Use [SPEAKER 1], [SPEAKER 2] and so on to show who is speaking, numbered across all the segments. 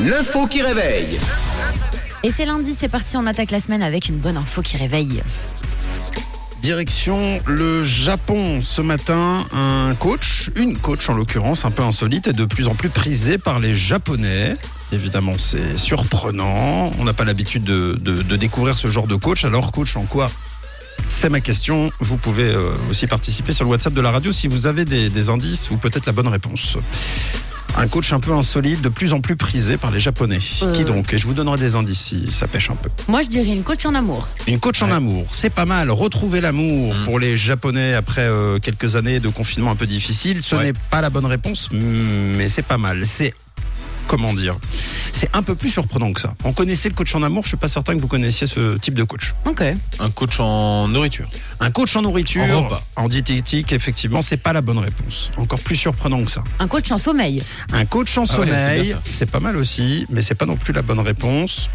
[SPEAKER 1] L'info qui réveille.
[SPEAKER 2] Et c'est lundi, c'est parti, on attaque la semaine avec une bonne info qui réveille.
[SPEAKER 3] Direction le Japon ce matin, un coach, une coach en l'occurrence, un peu insolite, est de plus en plus prisée par les Japonais. Évidemment, c'est surprenant. On n'a pas l'habitude de, de- de découvrir ce genre de coach. Alors, coach, en quoi C'est ma question. Vous pouvez euh, aussi participer sur le WhatsApp de la radio si vous avez des, des indices ou peut-être la bonne réponse. Un coach un peu insolite, de plus en plus prisé par les Japonais. Qui donc Et je vous donnerai des indices si ça pêche un peu.
[SPEAKER 2] Moi, je dirais une coach en amour.
[SPEAKER 3] Une coach en amour, c'est pas mal. Retrouver l'amour
[SPEAKER 4] Mm.
[SPEAKER 3] pour les Japonais après euh, quelques années de confinement un peu difficile, ce
[SPEAKER 4] Ouais.
[SPEAKER 3] n'est pas la bonne réponse, mm, mais c'est pas mal. C'est comment dire C'est un peu plus surprenant que ça. On connaissait le coach en amour, je suis pas certain que vous connaissiez ce type de coach.
[SPEAKER 2] Ok.
[SPEAKER 4] Un coach en nourriture.
[SPEAKER 3] Un coach en nourriture,
[SPEAKER 4] En repas.
[SPEAKER 3] en diététique, effectivement, c'est pas la bonne réponse. Encore plus surprenant que ça.
[SPEAKER 2] Un coach en sommeil.
[SPEAKER 3] Un coach en
[SPEAKER 4] Ah ouais, c'est
[SPEAKER 3] sommeil,
[SPEAKER 4] bien ça.
[SPEAKER 3] c'est pas mal aussi, mais c'est pas non plus la bonne réponse.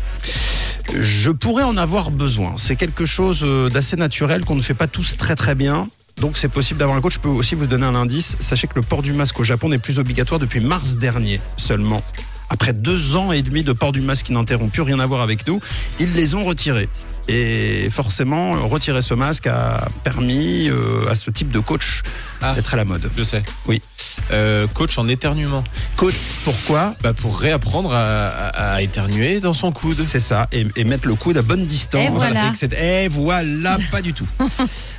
[SPEAKER 3] Je pourrais en avoir besoin. C'est quelque chose euh, d'assez naturel qu'on ne fait pas tous très très bien. Donc c'est possible d'avoir un coach. Je peux aussi vous donner un indice. Sachez que le port du masque au Japon n'est plus obligatoire depuis mars dernier seulement. Après deux ans et demi de port du masque qui n'interrompt plus rien à voir avec nous, ils les ont retirés. Et forcément, euh, retirer ce masque a permis euh, à ce type de coach
[SPEAKER 4] Ah.
[SPEAKER 3] d'être à la mode.
[SPEAKER 4] Je sais.
[SPEAKER 3] Oui.
[SPEAKER 4] Euh, coach en éternuement.
[SPEAKER 3] Coach, pourquoi
[SPEAKER 4] Bah pour réapprendre à, à- à éternuer dans son coude.
[SPEAKER 3] C'est ça, et, et mettre le coude à bonne distance.
[SPEAKER 2] Et voilà.
[SPEAKER 3] Et que c'est- eh, voilà, pas du tout.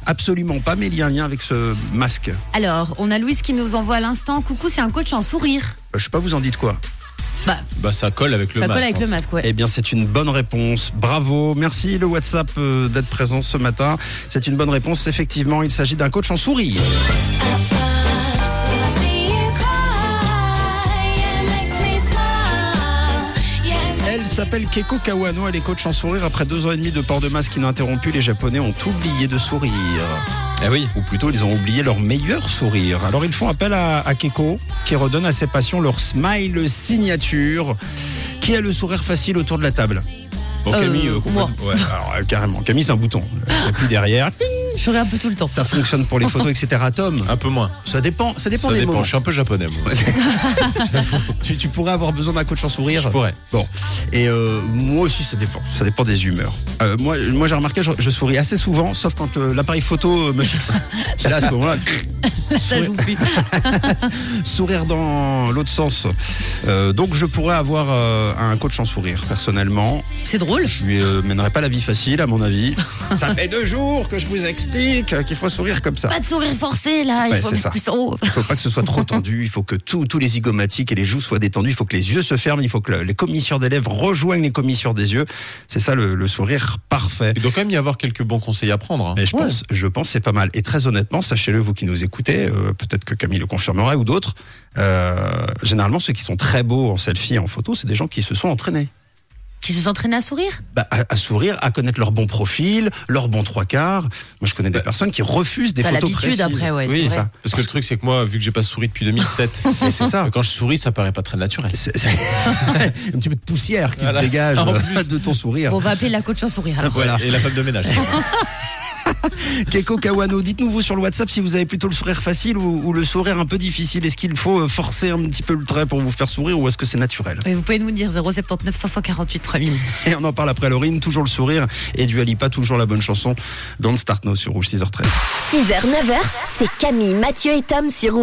[SPEAKER 3] Absolument pas, mais il y a un lien avec ce masque. Euh,
[SPEAKER 2] Alors, on a Louise qui nous envoie à l'instant. Coucou, c'est un coach en sourire.
[SPEAKER 3] Euh, Je sais pas, vous en dites quoi
[SPEAKER 2] Bah,
[SPEAKER 4] Bah ça colle avec le
[SPEAKER 2] ça
[SPEAKER 4] masque.
[SPEAKER 2] colle avec le masque, ouais.
[SPEAKER 3] Eh bien, c'est une bonne réponse. Bravo. Merci le WhatsApp euh, d'être présent ce matin. C'est une bonne réponse. Effectivement, il s'agit d'un coach en souris.
[SPEAKER 5] First, when I see you cry, it makes me smile. Yeah, it
[SPEAKER 3] Elle s'appelle Keiko Kawano. Elle est coach en sourire. Après deux ans et demi de port de masque ininterrompu, les Japonais ont oublié de sourire.
[SPEAKER 4] Ah oui.
[SPEAKER 3] Ou plutôt, ils ont oublié leur meilleur sourire. Alors, ils font appel à, à Keiko, qui redonne à ses patients leur smile signature. Qui a le sourire facile autour de la table Bon,
[SPEAKER 2] Euh,
[SPEAKER 3] Camille, euh,
[SPEAKER 2] moi.
[SPEAKER 3] complète- ouais, alors, euh, carrément. Camille, c'est un bouton. Et puis derrière, ting,
[SPEAKER 2] Je souris un peu tout le temps.
[SPEAKER 3] ça fonctionne pour les photos, etc. Tom,
[SPEAKER 4] hein. Un peu moins.
[SPEAKER 3] ça dépend, Ah. ça dépend
[SPEAKER 4] ça
[SPEAKER 3] des
[SPEAKER 4] dépend.
[SPEAKER 3] moments.
[SPEAKER 4] Je suis un peu japonais. Moi.
[SPEAKER 3] Tu, tu pourrais avoir besoin d'un coach en sourire.
[SPEAKER 4] Je pourrais.
[SPEAKER 3] Bon, et euh, moi aussi, ça dépend. Ça dépend des humeurs. Euh, moi, moi j'ai remarqué, je, je souris assez souvent, sauf quand euh, l'appareil photo euh, me fixe. Et là, à ce moment-là,
[SPEAKER 2] Ça joue plus.
[SPEAKER 3] sourire dans l'autre sens. Euh, donc, je pourrais avoir euh, un coach en sourire, personnellement.
[SPEAKER 2] C'est drôle.
[SPEAKER 3] Je lui euh, mènerai pas la vie facile, à mon avis. Ça fait deux jours que je vous explique euh, qu'il faut sourire comme ça.
[SPEAKER 2] Pas de sourire forcé, là. Il
[SPEAKER 3] Ouais,
[SPEAKER 2] faut
[SPEAKER 3] c'est
[SPEAKER 2] mettre
[SPEAKER 3] ça.
[SPEAKER 2] plus en haut.
[SPEAKER 3] Il faut pas que ce soit trop tendu. Il faut que tout- tous les zygomatiques et les joues soient détendus. Il faut que les yeux se ferment. Il faut que le- les commissures des lèvres rejoignent les commissures des yeux. C'est ça le, le sourire parfait.
[SPEAKER 4] Il doit quand même y avoir quelques bons conseils à prendre. hein.
[SPEAKER 3] Mais je pense, je pense, que c'est pas mal. Et très honnêtement, sachez-le, vous qui nous écoutez, euh, peut-être que Camille le confirmera ou d'autres. euh, généralement, ceux qui sont très beaux en selfie, et en photo, c'est des gens qui se sont entraînés
[SPEAKER 2] Qui se sont entraînés à sourire
[SPEAKER 3] Bah, à, à sourire, à connaître leur bon profil, leur bon trois quarts. Moi, je connais des personnes qui refusent des
[SPEAKER 2] Bah, t'as
[SPEAKER 3] photos
[SPEAKER 2] l'habitude
[SPEAKER 3] précises.
[SPEAKER 2] après, ouais, c'est
[SPEAKER 3] Oui,
[SPEAKER 2] vrai.
[SPEAKER 3] ça.
[SPEAKER 4] Parce que le truc c'est que moi, vu que j'ai pas souri depuis 2007, et c'est ça. Quand je souris, ça paraît pas très naturel.
[SPEAKER 3] C'est- c'est- un petit peu de poussière qui
[SPEAKER 4] Voilà.
[SPEAKER 3] se dégage
[SPEAKER 4] En
[SPEAKER 3] euh,
[SPEAKER 4] plus.
[SPEAKER 3] de ton sourire.
[SPEAKER 2] Bon, On va appeler la coach en sourire, alors.
[SPEAKER 3] Voilà.
[SPEAKER 4] Et la femme de ménage.
[SPEAKER 3] Keiko Kawano, dites-nous vous sur le WhatsApp si vous avez plutôt le sourire facile ou, ou le sourire un peu difficile. Est-ce qu'il faut euh, forcer un petit peu le trait pour vous faire sourire ou est-ce que c'est naturel
[SPEAKER 2] Et vous pouvez nous dire 079 548 3000.
[SPEAKER 3] Et on en parle après Laurine, toujours le sourire et du Alipa, toujours la bonne chanson. Don't Start Now sur Rouge 6h13.
[SPEAKER 6] 6h, 9h, c'est Camille, Mathieu et Tom sur Rouge.